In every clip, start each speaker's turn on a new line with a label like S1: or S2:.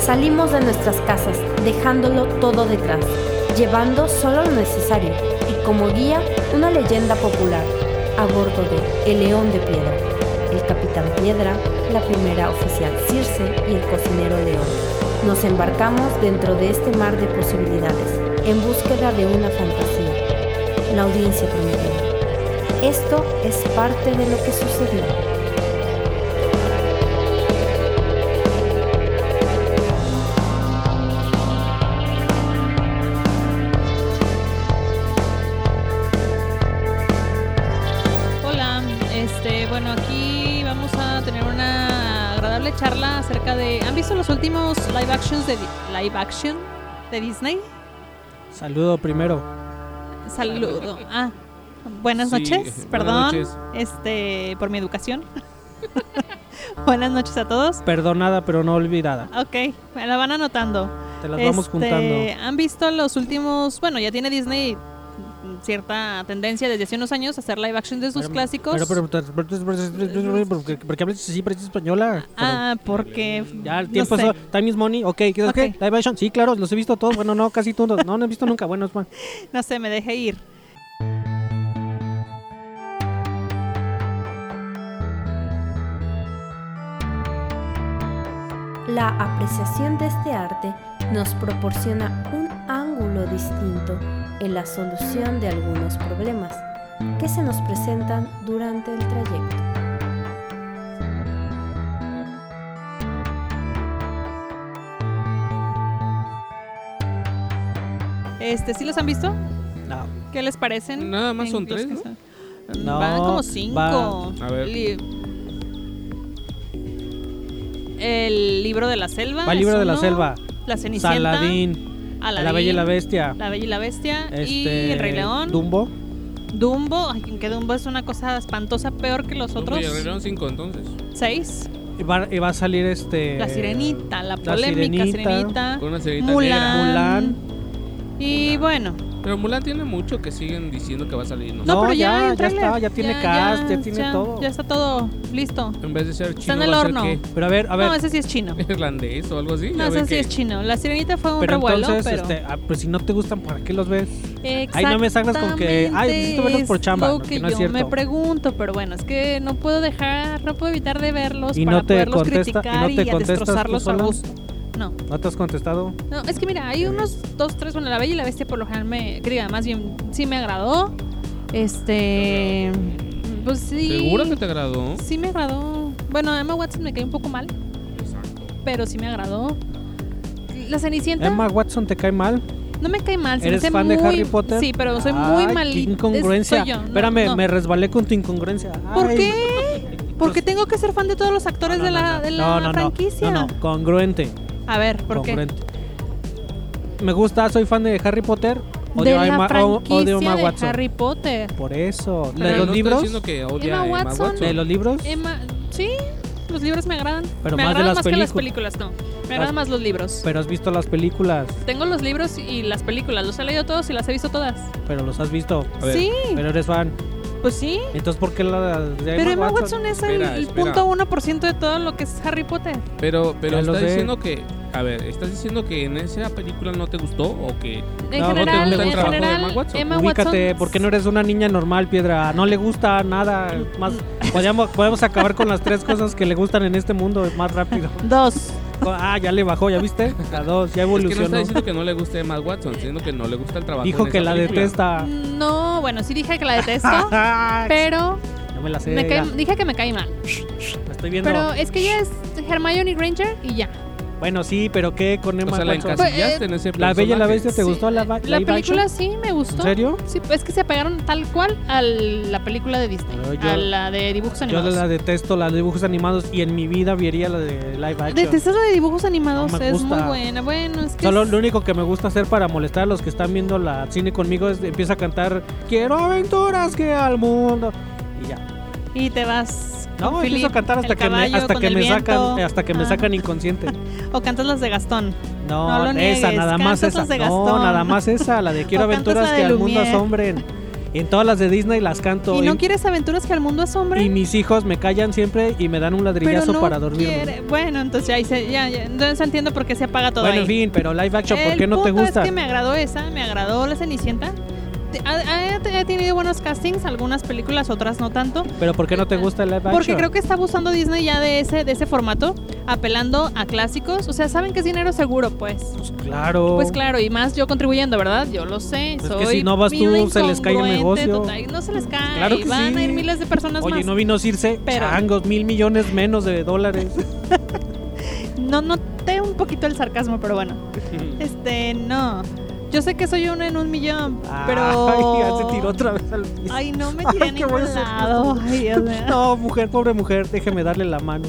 S1: Salimos de nuestras casas, dejándolo todo detrás, llevando solo lo necesario y como guía una leyenda popular a bordo de El León de Piedra, el Capitán Piedra, la primera oficial Circe y el cocinero León. Nos embarcamos dentro de este mar de posibilidades, en búsqueda de una fantasía, la audiencia prometida. Esto es parte de lo que sucedió.
S2: Hola, este, bueno, aquí vamos a tener una agradable charla acerca de. ¿Han visto los últimos live actions de Di- live action de Disney?
S3: Saludo primero.
S2: Saludo. Ah, buenas
S4: Sí,
S2: noches.
S4: buenas
S2: Perdón,
S4: noches.
S2: este, por mi educación. buenas noches a todos.
S3: Perdonada, pero no olvidada.
S2: Ok, me la van anotando.
S3: Te las vamos
S2: Este,
S3: juntando.
S2: ¿Han visto los últimos? Bueno, ya tiene Disney cierta tendencia desde hace unos años a hacer live action de sus
S3: Pero-
S2: clásicos.
S3: Pero, pero, pero- pero- pero- pero- pero- pero- ¿por qué hablas así, parece española?
S2: ah, porque
S3: Pero ya el
S2: no
S3: tiempo
S2: sé.
S3: es Time is money. Ok, ¿qué?
S2: Ok.
S3: qué? Live action. Sí, claro, los he visto todos. Bueno, no, casi todos. No, no he visto nunca. Bueno, es más.
S2: No sé, me dejé ir.
S1: La apreciación de este arte nos proporciona un ángulo distinto en la solución de algunos problemas que se nos presentan durante el trayecto.
S2: Este, ¿sí los han visto?
S3: No.
S2: ¿Qué les parecen?
S4: Nada más
S2: En
S4: son
S2: los
S4: tres,
S2: que
S4: ¿no?
S2: son-
S3: No,
S2: Van como
S3: va-
S2: cinco.
S4: A ver.
S2: Li- El libro de la selva.
S3: Va el libro
S2: es
S3: de la
S2: uno,
S3: selva.
S2: La Cenicienta.
S3: Saladín. La Bella y la Bestia.
S2: La Bella y la Bestia.
S3: Este,
S2: y El Rey León.
S3: Dumbo.
S2: Dumbo. Ay, que Dumbo es una cosa espantosa, peor que los otros.
S4: Oye, arreglaron cinco entonces.
S2: Seis.
S3: Y va, y va a salir este.
S2: La Sirenita, la polémica
S3: Sirenita.
S2: Sirenita.
S4: Con una cerita negra.
S2: Ah. Mulan.
S3: Mulan.
S2: Y bueno,
S4: Pero Mulan tiene mucho que siguen diciendo que va a salir, ¿no?
S2: No,
S3: No,
S2: pero ya,
S3: ya,
S2: el
S3: ya
S2: tráiler,
S3: está, ya tiene cast, ya tiene todo.
S2: Ya está todo listo.
S4: En vez de ser chino,
S2: en el
S4: va a ser,
S2: horno.
S4: ¿qué?
S3: Pero a ver, a ver. Este,
S2: No, ese sí es chino.
S4: irlandés o algo así.
S2: No,
S4: ya
S2: ese
S4: ven
S2: sí
S4: que-
S2: es chino. La sirenita fue un
S3: pero
S2: revuelo,
S3: entonces,
S2: pero.
S3: este, ah, pues si no te gustan, ¿para qué los ves? Ay, no me sacas con que, ay, pues, necesito verlos por chamba,
S2: Lo
S3: no, que
S2: que
S3: no es
S2: yo me
S3: cierto.
S2: pregunto, pero bueno, es que no puedo dejar, no puedo evitar de verlos
S3: Y
S2: para
S3: no te
S2: poderlos
S3: contesta- y no
S2: criticar y,
S3: te
S2: a
S3: contestas pues, tú
S2: destrozarlos a
S3: sola.
S2: gusto. No,
S3: ¿No te has contestado?
S2: no, es que mira, hay unos dos, tres, bueno, la bella y la bestia por lo general me, que diga, más bien, sí me agradó. Este, pues sí.
S4: ¿Seguro que te agradó?
S2: Sí me agradó. Bueno, Emma Watson me cae un poco mal,
S4: Exacto.
S2: pero sí me agradó. La Cenicienta
S3: Emma Watson te cae mal.
S2: no me cae mal. se me
S3: ¿Eres
S2: hace
S3: fan de
S2: muy-
S3: Harry Potter?
S2: Sí, pero soy muy
S3: Ay,
S2: mal.
S3: Qué incongruencia. Espérame, me resbalé con tu incongruencia.
S2: ¿Por
S3: Ay.
S2: qué? Porque tengo que ser fan de todos los actores
S3: No,
S2: de
S3: no,
S2: la,
S3: no,
S2: de
S3: no,
S2: la
S3: no, no,
S2: franquicia.
S3: No, no, congruente.
S2: A ver, ¿por qué?
S3: congruente. Me gusta, soy fan de Harry Potter. Odio
S2: de
S3: a
S2: la
S3: Emma, o-
S2: franquicia
S3: odio a Emma
S2: de
S3: Watson.
S2: Harry Potter.
S3: Por eso.
S2: Pero
S3: ¿De los
S4: no
S3: libros?
S4: Estoy diciendo que odia
S2: Emma
S4: a Emma
S2: Watson.
S4: Watson.
S3: ¿De los libros?
S2: Emma, sí, los libros me agradan.
S3: Pero
S2: me
S3: más de
S2: agradan
S3: las
S2: más que las
S3: pelicu-
S2: películas, no. Me agradan más los libros.
S3: Pero has visto las películas.
S2: Tengo los libros y las películas. Los he leído todos y las he visto todas.
S3: Pero los has visto.
S4: A ver,
S2: Sí,
S3: Pero eres fan.
S2: pues sí.
S3: Entonces, ¿por qué la de
S2: Pero Emma Watson es el,
S4: Espera,
S2: el
S4: espera.
S2: punto uno por ciento de todo lo que es Harry Potter.
S4: Pero, pero
S3: Ya lo
S4: estás
S3: sé.
S4: diciendo que. A ver, ¿estás diciendo que en esa película no te gustó o que.
S2: En
S3: No, no te
S2: general,
S3: gusta el
S2: en
S3: trabajo de
S2: general,
S4: Emma Watson.
S2: Emma
S3: Ubícate,
S2: Watson-
S3: ¿por qué no eres una niña normal, Piedra? No le gusta nada. Más, podemos, podemos acabar con las tres cosas que le gustan en este mundo más rápido.
S2: Dos.
S3: Ah, ya le bajó, ¿ya viste? A dos, ya
S4: Es que no
S3: evolucionó.
S4: está diciendo que no le guste Emma Watson, está diciendo que no le gusta el trabajo.
S3: Dijo
S4: en
S3: que
S4: esa
S3: la
S4: película.
S3: detesta.
S2: No, bueno, sí dije que la detesto,
S3: Ay,
S2: pero
S3: no me la sé.
S2: me cae-
S3: ya,
S2: dije que me cae mal.
S3: la estoy viendo.
S2: Pero es que ella es Hermione Granger y ya.
S3: Bueno, sí, pero ¿qué con Emma
S4: O sea, la
S3: Watson?
S2: encas-
S4: encasillaste
S2: Pues, eh,
S4: en ese
S3: La Bella y la
S4: personaje.
S3: Bestia, ¿te
S2: Sí,
S3: gustó la,
S2: La,
S3: ba- live
S2: película
S3: action?
S2: sí me gustó.
S3: ¿En serio?
S2: Sí, es que se pegaron tal cual a la película de Disney,
S3: Pero yo-
S2: a la de dibujos
S3: Yo
S2: animados.
S3: la detesto, la de dibujos animados, y en mi vida vería la de live action.
S2: Detestas la de dibujos animados,
S3: No me
S2: es
S3: gusta.
S2: muy buena. Bueno, es que
S3: Solo
S2: es-
S3: lo único que me gusta hacer para molestar a los que están viendo la cine conmigo es empieza a cantar Quiero aventuras que al mundo y ya.
S2: y te vas.
S3: No,
S2: con
S3: empiezo
S2: Philip,
S3: a cantar hasta
S2: el
S3: que me
S2: caballo,
S3: hasta
S2: con
S3: que
S2: el
S3: me sacan
S2: viento.
S3: eh, hasta que me
S2: Ah.
S3: sacan inconsciente.
S2: O cantas las de Gastón.
S3: No,
S2: No lo
S3: esa
S2: niegues,
S3: nada más
S2: cantas
S3: esa.
S2: las de
S3: No,
S2: Gastón.
S3: nada más esa, la de Quiero
S2: O cantas
S3: aventuras
S2: la de
S3: que al mundo
S2: Lumière.
S3: asombren. En todas las de Disney las canto.
S2: ¿Y no
S3: en-
S2: quieres aventuras que al mundo
S3: y
S2: asombren?
S3: mis hijos me callan siempre y me dan un ladrillazo para dormir.
S2: quiere- Bueno, entonces ya, hice- ya, ya, entonces entiendo por qué se apaga todo
S3: Bueno,
S2: ahí.
S3: en fin, pero live action, ¿por
S2: El
S3: qué no te
S2: punto
S3: gusta?
S2: Es que me agradó esa, me agradó la Cenicienta. Te- Ha, ha- ha tenido buenos castings, algunas películas, otras no tanto.
S3: Pero ¿por qué no te gusta el live action?
S2: Porque creo que está abusando Disney ya de ese, de ese formato, apelando a clásicos. O sea, saben que es dinero seguro, pues.
S3: Pues claro.
S2: Pues claro, y más yo contribuyendo, ¿verdad? Yo lo sé.
S3: Pues es
S2: soy
S3: que si no vas tú,
S2: bien
S3: se les cae el
S2: incongruente,
S3: negocio.
S2: total, no se les cae.
S3: Claro que
S2: Van
S3: sí.
S2: a ir miles de personas
S3: Oye,
S2: más.
S3: no vino Circe,
S2: Pero-
S3: changos, mil millones menos de dólares.
S2: No noté un poquito el sarcasmo, pero bueno. Este, no. Yo sé que soy uno en un millón, pero.
S3: Ay, ya se tiró otra vez al piso.
S2: Ay, no me tiré a
S3: Ay, ¿qué voy a
S2: ningún
S3: hacer?
S2: lado. Ay, Dios mío.
S3: No, mujer, pobre mujer, déjeme darle la mano.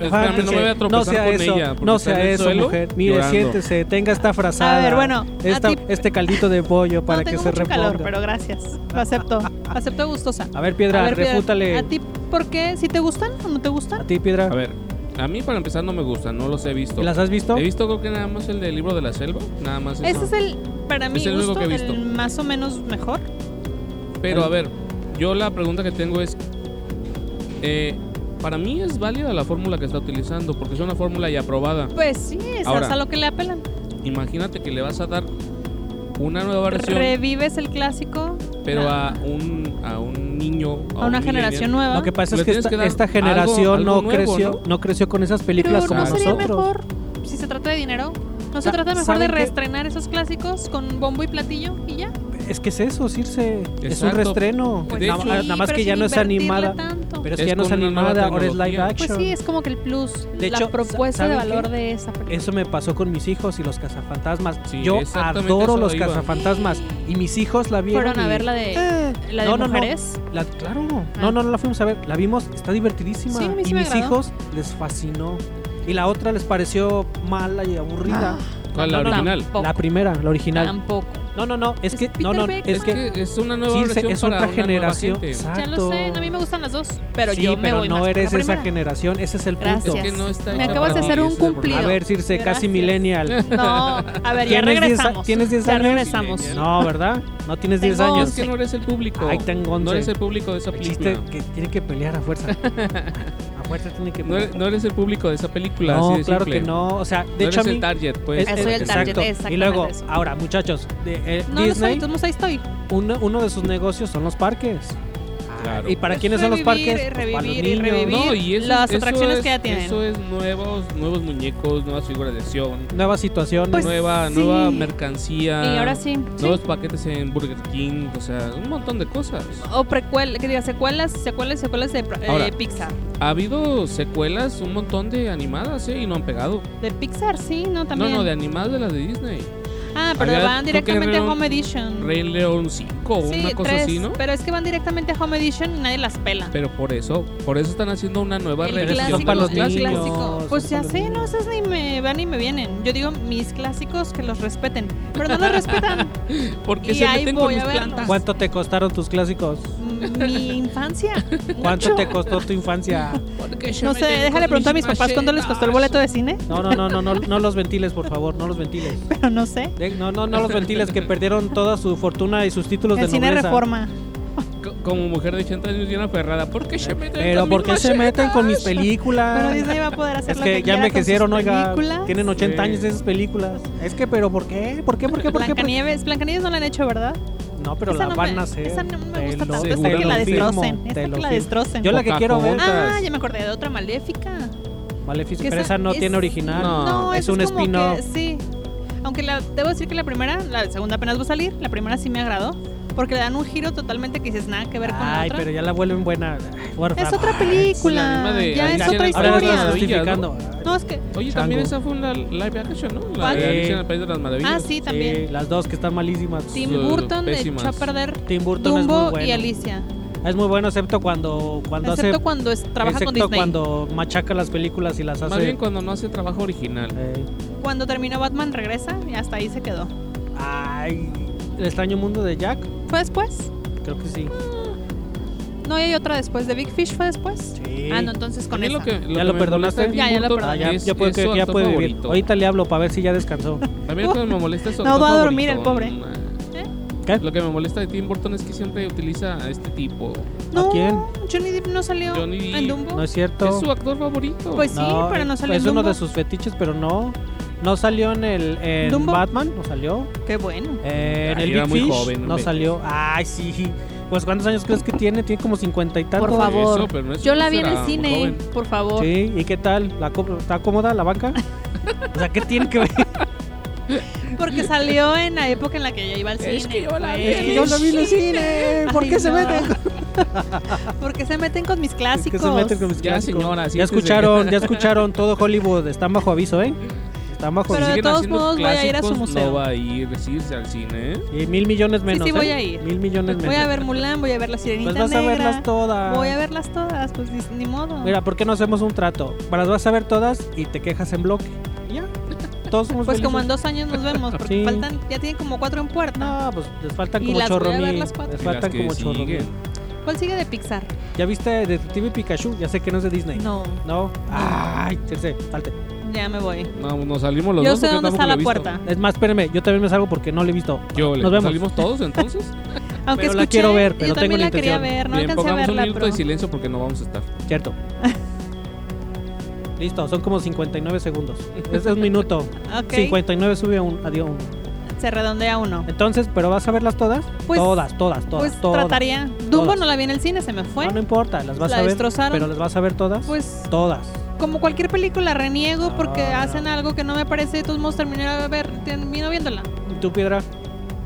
S4: Espérame, no me voy
S3: Siéntese.
S4: a tropezar
S3: sea
S4: con
S3: eso,
S4: ella. porque
S3: No
S4: está en
S3: sea
S4: el
S3: eso,
S4: suelo
S3: mujer. Mire,
S4: llorando.
S3: siéntese, tenga esta frazada.
S2: A ver, bueno, a
S3: esta-
S2: ti-
S3: este caldito de pollo para
S2: no
S3: que
S2: tengo
S3: se
S2: mucho
S3: reponga.
S2: calor, pero gracias. Lo acepto. Acepto gustosa.
S3: A ver, Piedra,
S2: a ver, Piedra,
S3: refútale.
S2: ¿A ti por qué? ¿Si te gustan o no te
S3: A
S2: gustan?
S3: ti, Piedra.
S4: A ver, a mí para empezar no me gusta, no los he visto.
S3: ¿Las has visto?
S4: He visto creo que nada más el del libro de la selva, nada más
S2: Ese
S4: eso.
S2: es el, para mí,
S4: Es el único
S2: gusto,
S4: que he visto.
S2: el más o menos mejor.
S4: Pero a ver, yo la pregunta que tengo es, eh, para mí es válida la fórmula que está utilizando, porque es una fórmula ya aprobada.
S2: Pues sí, es
S4: Ahora,
S2: hasta lo que le apelan.
S4: Imagínate que le vas a dar una nueva versión,
S2: Revives el clásico.
S4: pero
S2: Ah,
S4: a un, a un niño,
S2: a una
S4: un
S2: generación
S4: millennial.
S2: nueva.
S3: Lo que pasa
S4: Le
S3: es que
S4: tienes
S3: esta,
S4: que dar
S3: esta
S4: algo-
S3: generación
S4: algo
S3: no
S4: nuevo,
S3: creció
S4: ¿no?
S3: no creció con esas películas
S2: Pero
S3: como
S2: ¿no sería
S3: nosotros.
S2: mejor si se trata de dinero? ¿No se
S3: Sa-
S2: trata mejor de
S3: ¿saben qué?
S2: reestrenar esos clásicos con bombo y platillo y ya?
S3: Es que es eso, Circe. Es un
S4: Exacto.
S3: reestreno.
S4: Pues
S3: nada,
S4: sí,
S3: nada más
S2: pero
S3: que ya
S2: sin
S3: no es
S2: invertirle
S3: animada.
S2: tanto.
S3: Pero es,
S4: Es
S3: que ya no es
S4: con una
S3: animada,
S4: nueva
S3: ahora es live
S4: tecnología.
S3: action.
S2: Pues sí, es como que el plus,
S3: De
S2: la
S3: hecho,
S2: propuesta
S3: ¿saben
S2: de
S3: qué?
S2: valor de esa película.
S3: Eso me pasó con mis hijos y los cazafantasmas.
S4: Sí,
S3: Yo
S4: exactamente
S3: adoro
S4: eso
S3: los
S4: iba.
S3: cazafantasmas. Y mis hijos la vieron.
S2: Fueron a
S3: y-
S2: ver la de-
S3: Eh,
S2: ¿La de
S3: no, no, no.
S2: mujeres?
S3: La- claro.
S2: Ah.
S3: No, no, no la fuimos a ver. La vimos, está divertidísima.
S2: Sí, a mí sí
S3: y
S2: me
S3: mis
S2: agradó.
S3: hijos les fascinó. Y la otra les pareció mala y
S2: Ah,
S3: aburrida.
S4: ¿Cuál, la
S2: No, no,
S4: original?
S2: tampoco,
S3: La primera, la original.
S2: Tampoco.
S3: No, no, no. Es
S2: Ah, Es
S3: que. No,
S2: Peter
S3: no.
S2: Beckman.
S3: Es que.
S4: es una nueva
S3: Circe
S4: versión
S3: es
S4: para
S3: otra
S4: una nueva
S3: generación.
S4: gente.
S3: Exacto.
S2: Ya lo sé, a mí me gustan las dos, pero
S3: sí,
S2: yo me
S3: pero
S2: voy
S3: no
S2: más por
S3: eres
S2: la
S3: esa
S2: primera.
S3: generación, ese es el punto.
S2: Gracias.
S4: Es que no está
S2: Me
S4: hecha
S2: acabas
S4: para
S2: de hacer
S4: mí,
S2: un
S4: ese es el
S2: cumplido.
S4: problema.
S3: A ver, Circe, casi
S2: Gracias.
S3: millennial.
S2: No, a ver, ya
S3: ¿Tienes diez a-
S2: regresamos.
S3: tienes diez
S2: ya
S3: años?
S2: regresamos.
S3: No, ¿verdad? No tienes 10
S2: Tengo
S3: años.
S4: Es que no eres el público.
S3: Ay, tengo
S4: No
S3: once.
S4: eres el público de esa
S3: El
S4: película.
S3: chiste que tiene que pelear a fuerza. A fuerza tiene que
S4: No
S3: pelear.
S4: eres, no eres el público de esa película.
S3: No,
S4: así de
S3: claro
S4: simple.
S3: que no. O sea, de
S4: No
S3: hecho a
S4: eres
S3: mí.
S4: el target, pues.
S2: es- Soy el target,
S3: Y
S2: exactamente
S3: luego,
S2: eso.
S3: ahora, muchachos, de, eh,
S2: No, no soy,
S3: Disney,
S2: tú no ahí estoy.
S3: uno, uno de sus negocios son los parques. Ah,
S4: Claro.
S3: ¿Y para
S2: Es
S3: quiénes son los
S2: revivir,
S3: parques?
S2: eh,
S3: Pues para los
S2: revivir y
S3: niños.
S2: revivir.
S4: No, y eso,
S2: Las
S4: eso
S2: atracciones
S4: es-
S2: que ya tienen.
S4: Eso es nuevos, nuevos muñecos, nuevas figuras de acción,
S3: Nueva situación.
S2: Pues-
S4: nueva,
S2: sí.
S4: nueva mercancía.
S2: Y
S3: Ah,
S2: ahora sí.
S4: Nuevos paquetes en Burger King, o sea, un montón de cosas.
S2: O precuel, que diga secuelas, secuelas, secuelas de eh,
S4: Ahora.
S2: Pixar.
S4: Ha habido secuelas, un montón de animadas, ¿eh? Y no han pegado.
S2: De Pixar, sí, no también.
S4: No, no, de animadas de las de Disney.
S2: Ah, pero
S4: Había-
S2: van
S4: creo que
S2: directamente a
S4: era un-
S2: Home Edition.
S4: Rey León 5,
S2: sí,
S4: una cosa
S2: tres,
S4: así, ¿no?
S2: Pero es que van directamente a Home Edition y nadie las pela.
S4: Pero por eso, por eso están haciendo una nueva
S2: El
S4: reedición
S2: clásico,
S4: de los
S2: el
S4: clásicos.
S2: clásico. Pues
S3: son
S2: ya
S3: para los
S2: sé,
S3: niños.
S2: no, esos ni me van ni me vienen. Yo digo mis clásicos que los respeten. Pero no los respetan.
S4: Porque
S2: Y
S4: se
S2: ahí
S4: meten con
S2: voy
S4: mis
S2: a verlos.
S4: plantas.
S3: ¿Cuánto te costaron tus clásicos?
S2: Mi infancia.
S3: ¿Cuánto te costó tu infancia?
S2: No sé, déjale preguntar a mis papás cuánto les costó el boleto de cine.
S3: No, no, no, no, no, no los ventiles, por favor, no los ventiles.
S2: Pero no sé.
S3: De- No, no, no los ventiles que perdieron toda su fortuna y sus títulos
S2: El
S3: de
S2: cine
S3: nobleza.
S2: reforma.
S4: Co- Como mujer de 80 años y una ferrada. ¿Por qué se meten
S3: Pero
S4: con
S3: ¿por
S4: mi
S3: qué se
S4: macheta?
S3: meten con mis
S2: Pero
S3: películas?
S2: Disney va a poder hacer
S3: Ah. Es
S2: lo
S3: que, ya
S2: quiera con sus
S3: envejecieron, oiga.
S2: películas.
S3: Tienen 80
S4: Sí.
S3: años de esas películas. Es que, pero ¿por qué? ¿Por qué? ¿Por qué? ¿Por qué? ¿Por qué?
S2: Blancanieves, Blancanieves no la han hecho, ¿verdad?
S3: No, pero
S2: Esa
S3: la
S2: no
S3: van
S2: me-
S3: a hacer.
S2: esa no me
S3: Te
S2: gusta
S3: lo-
S2: tanto,
S3: te
S4: esta que
S3: lo
S4: la
S2: destrocen,
S3: firmo,
S2: esta
S3: te
S2: que la
S3: lo firmo.
S2: destrocen.
S3: Yo la que quiero ver,
S4: Pocahontas.
S2: Ah, ya me acordé de otra maléfica.
S3: Maleficio,
S2: Que
S3: pero esa no
S2: es-
S3: tiene original.
S4: No.
S3: Ah, es
S2: esa
S3: un
S2: como
S3: spin-off.
S2: que- Sí. Aunque la, debo decir que la primera, la segunda apenas va a salir, la primera sí me agradó. Porque le dan un giro totalmente que dices nada que ver con la
S3: Ay,
S2: otra.
S3: pero ya la vuelven buena. Ay, por
S2: Es
S3: favor.
S2: otra
S4: la
S2: película.
S4: misma de
S2: ya es
S4: Alicia
S2: otra
S4: en
S2: historia.
S3: Ahora la estás
S4: Alicia en Maravillas,
S3: justificando.
S2: No, es que.
S4: Oye, también
S3: Chango.
S4: esa fue una live action, ¿no? La
S2: ¿Cuál?
S4: de
S3: Sí.
S4: Alicia en el País de las
S2: Ah,
S4: Maravillas.
S2: sí,
S3: Sí,
S2: también.
S3: las dos que están malísimas.
S2: Tim
S4: Son
S2: Burton de echó
S4: pésimas.
S2: a perder
S3: Tim Burton es muy
S2: Dumbo
S3: bueno.
S2: y Alicia.
S3: Es muy bueno, excepto cuando, cuando
S2: Excepto
S3: hace.
S2: cuando es- trabaja con
S3: excepto
S2: Disney. Cuando...
S3: cuando machaca las películas y las hace.
S4: Más bien cuando no hace trabajo original.
S3: Eh,
S2: terminó Batman regresa y hasta ahí se quedó.
S3: ay. El extraño mundo de Jack.
S2: ¿Fue después?
S3: Creo que sí.
S2: No, y hay otra después. ¿De Big Fish fue después?
S3: Sí.
S2: Ah, no, entonces
S4: A
S2: con
S4: mí
S2: esa.
S4: lo que, lo
S3: ¿Ya
S4: que
S3: lo
S4: me
S3: perdonaste?
S4: molesta de
S2: Ya, ya lo
S4: Tim Burton
S3: Ah, ya,
S4: es-
S3: ya puede
S4: es
S3: que-
S4: su
S3: ya
S4: actor
S3: puede vivir.
S4: favorito.
S3: Ahorita le hablo para ver si ya descansó.
S4: También lo que me molesta es su
S2: No
S4: actor
S2: va a dormir
S4: favorito.
S2: el
S4: Mm,
S2: ¿Eh?
S3: ¿Qué?
S4: Lo que me molesta de Tim Burton es que siempre utiliza a este tipo.
S2: No,
S3: quién?
S2: Johnny Depp no salió
S4: Johnny Depp.
S2: en Dumbo.
S3: No es cierto.
S4: Es su actor favorito.
S2: Pues- sí,
S3: No,
S2: pero no
S3: es-
S2: salió
S3: Es
S2: en
S3: uno
S2: Dumbo.
S3: de sus fetiches, pero no. No salió en el en
S2: ¿Dumbo?
S3: Batman, no salió.
S2: Qué bueno.
S3: Eh, en
S4: Ay,
S3: el
S4: era
S3: Big
S4: muy
S3: Fish,
S4: joven,
S3: no
S4: hombre.
S3: salió. Ay, sí. Pues cuántos años crees que tiene? Tiene como cincuenta y tantos.
S2: Por favor.
S4: Eso, pero no es-
S2: Yo la vi en
S4: era
S2: el
S4: muy
S2: cine,
S4: joven.
S2: por favor.
S3: Sí, ¿y qué tal? ¿La co- ¿Está cómoda la banca? o sea, ¿qué tiene que ver?
S2: Porque salió en la época en la que yo iba al cine.
S4: Es que yo la vi
S2: güey.
S4: en el Yo la
S3: vi en el cine. ¿Por
S2: Ay,
S3: qué se
S2: no.
S3: meten?
S2: ¿Por qué se meten con mis
S3: ¿Por
S2: clásicos?
S3: qué se meten con mis
S4: Ya,
S3: clásicos?
S4: señora,
S3: ya
S4: siéntese.
S3: escucharon, ya escucharon todo Hollywood. Están bajo aviso, ¿eh? Están bajo
S2: Pero
S4: Pues Si
S2: de
S3: aviso.
S4: siguen
S2: todos
S4: haciendo
S2: modos voy a ir a su
S4: clásicos,
S2: museo.
S4: No va a ir, es irse al cine. ¿eh?
S3: Y mil millones menos.
S2: sí, voy
S3: ¿eh?
S2: a ir.
S3: Mil millones menos.
S2: Voy a ver Mulan, voy a ver La Sirenita
S3: Pues vas a
S2: Negra.
S3: verlas todas.
S2: Voy a verlas todas, pues dis- ni modo.
S3: Mira, ¿por qué no hacemos un trato? Para las vas a ver todas y te quejas en bloque. Y Ya. Todos somos
S2: pues como en
S3: felices.
S2: dos años nos vemos, porque
S3: Sí.
S2: faltan, ya tienen como cuatro en puerta.
S3: No, pues les faltan
S2: Y
S3: como
S2: las voy a ver
S3: chorromil.
S2: las cuatro.
S3: Les
S4: Y las
S3: faltan
S4: que
S3: como
S4: siguen.
S3: chorromil.
S2: ¿Cuál sigue de Pixar?
S3: ¿Ya viste Detective Pikachu? Ya sé que no es de Disney.
S2: No,
S3: No. Ay, Circe, salte.
S2: ya me voy.
S4: No, nos salimos los
S2: Yo
S4: dos.
S2: sé
S4: porque
S2: dónde
S4: tampoco
S2: está
S4: lo he
S2: la
S4: visto.
S2: puerta.
S3: Es más, espérame, yo también me salgo porque no lo he visto.
S4: ¿Qué ole?
S3: Nos vemos.
S4: ¿Salimos todos entonces?
S2: Aunque
S3: Pero la
S2: escuché-
S3: quiero ver, pero
S2: yo
S3: no tengo
S2: también
S3: la
S2: la quería
S3: intención.
S2: ver, no
S4: Bien,
S2: alcancé a
S4: pongamos un
S2: verla,
S4: minuto
S2: pero...
S4: de silencio porque no vamos a estar.
S3: Cierto. Listo, son como 59 segundos. Ese es un minuto.
S2: Ok,
S3: 59 sube a un, adiós.
S2: se redondea uno.
S3: Entonces, ¿pero vas a verlas todas?
S2: Pues-
S3: todas, todas, todas.
S2: pues
S3: todas.
S2: trataría. Dumbo
S3: Todas.
S2: no la vi en el cine, se me fue.
S3: No, no importa, las vas
S2: La
S3: a ver.
S2: destrozaron.
S3: Pero las vas a ver todas.
S2: Pues
S3: todas.
S2: como cualquier película reniego porque
S3: Ah.
S2: hacen algo que no me parece, de todos modos terminé a ver, termino viéndola.
S3: ¿Y ¿Tú, Piedra,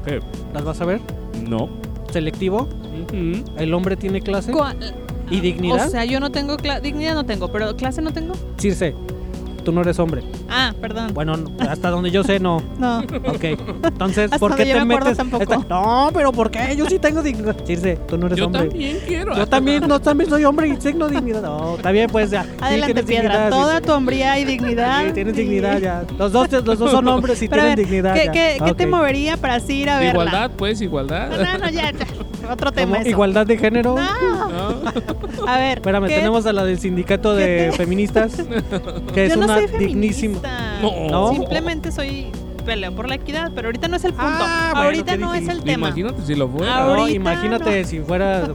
S4: Eh,
S3: las vas a ver?
S4: no.
S3: Selectivo,
S4: Ujú.
S3: el hombre tiene clase.
S2: ¿Cuál?
S3: ¿Y dignidad?
S2: O sea, yo no tengo cla- dignidad no tengo, pero clase no tengo.
S3: Circe, tú no eres hombre.
S2: Ah, perdón.
S3: Bueno, no, hasta donde yo sé, no.
S2: No.
S3: Ok. Entonces,
S2: Hasta
S3: ¿por qué
S2: donde yo
S3: te
S2: me acuerdo
S3: metes?
S2: tampoco.
S3: No, pero ¿por qué? Yo sí tengo dignidad. Circe, tú no eres
S4: Yo
S3: hombre.
S4: también quiero.
S3: Yo también, no, también soy hombre y tengo dignidad. No, está bien, pues ya. Sí
S2: Adelante,
S3: tienes
S2: piedra.
S3: dignidad,
S2: Toda
S3: sí,
S2: tu hombría y dignidad.
S3: Sí, tienes
S2: y-
S3: dignidad ya. Los dos, los dos son hombres y
S2: Pero a
S3: tienen
S2: ver,
S3: dignidad.
S2: ¿Qué,
S3: ya.
S2: qué-
S3: Ah,
S2: qué te
S3: ok.
S2: movería para así ir a verla?
S4: Igualdad, pues,
S2: No,
S4: igualdad.
S2: no, no, ya, ya. Otro
S3: ¿Cómo?
S2: tema. eso.
S3: ¿Igualdad de género?
S2: No.
S4: No.
S2: A ver.
S3: Espérame,
S2: ¿qué?
S3: tenemos a la del sindicato de feministas, que es
S2: Yo no
S3: una
S2: soy
S3: dignísima.
S2: feminista.
S4: No.
S3: No.
S2: Simplemente soy peleo por la equidad, pero ahorita no es el punto.
S3: Ah, bueno,
S2: ahorita
S3: qué
S2: no Ah, es
S3: difícil.
S2: el tema.
S4: Imagínate si lo fuera.
S3: No,
S2: Ahorita Ah,
S3: imagínate si fuera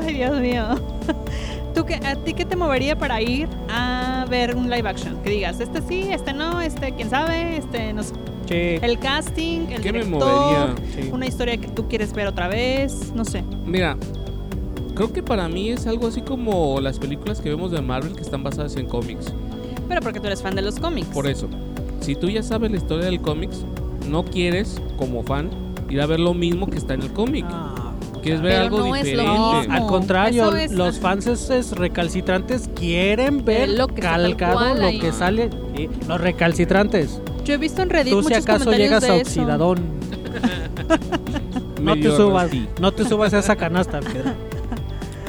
S2: Ay, Dios mío. ¿Tú qué, ¿A ti qué te movería para ir a ver un live action? Que digas, este sí, este no, este quién sabe, este no sé.
S3: Che,
S2: El casting, el
S4: ¿Qué me
S2: director,
S4: movería?
S3: sí.
S2: una historia que tú quieres ver otra vez, no sé.
S4: Mira, creo que para mí es algo así como las películas que vemos de Marvel que están basadas en cómics.
S2: Pero porque tú eres fan de los cómics.
S4: Por eso, si tú ya sabes la historia del cómics, no quieres, como fan, ir a ver lo mismo que está en el cómic.
S3: Ah,
S4: Quieres ver
S2: Pero
S4: algo
S2: no es lo
S4: diferente. Ah,
S2: mismo.
S3: Al contrario,
S2: Eso es-
S3: los fans es recalcitrantes quieren ver
S2: lo que está tal
S3: calcado
S2: cual
S3: lo
S2: ahí.
S3: que sale. Sí, los recalcitrantes.
S2: Yo he visto en Reddit
S3: Tú si
S2: muchos
S3: acaso
S2: comentarios
S3: llegas
S2: de
S3: a
S2: eso.
S3: oxidadón. No te
S4: Medio
S3: subas,
S4: rusty.
S3: no te subas a esa canasta. Pedro.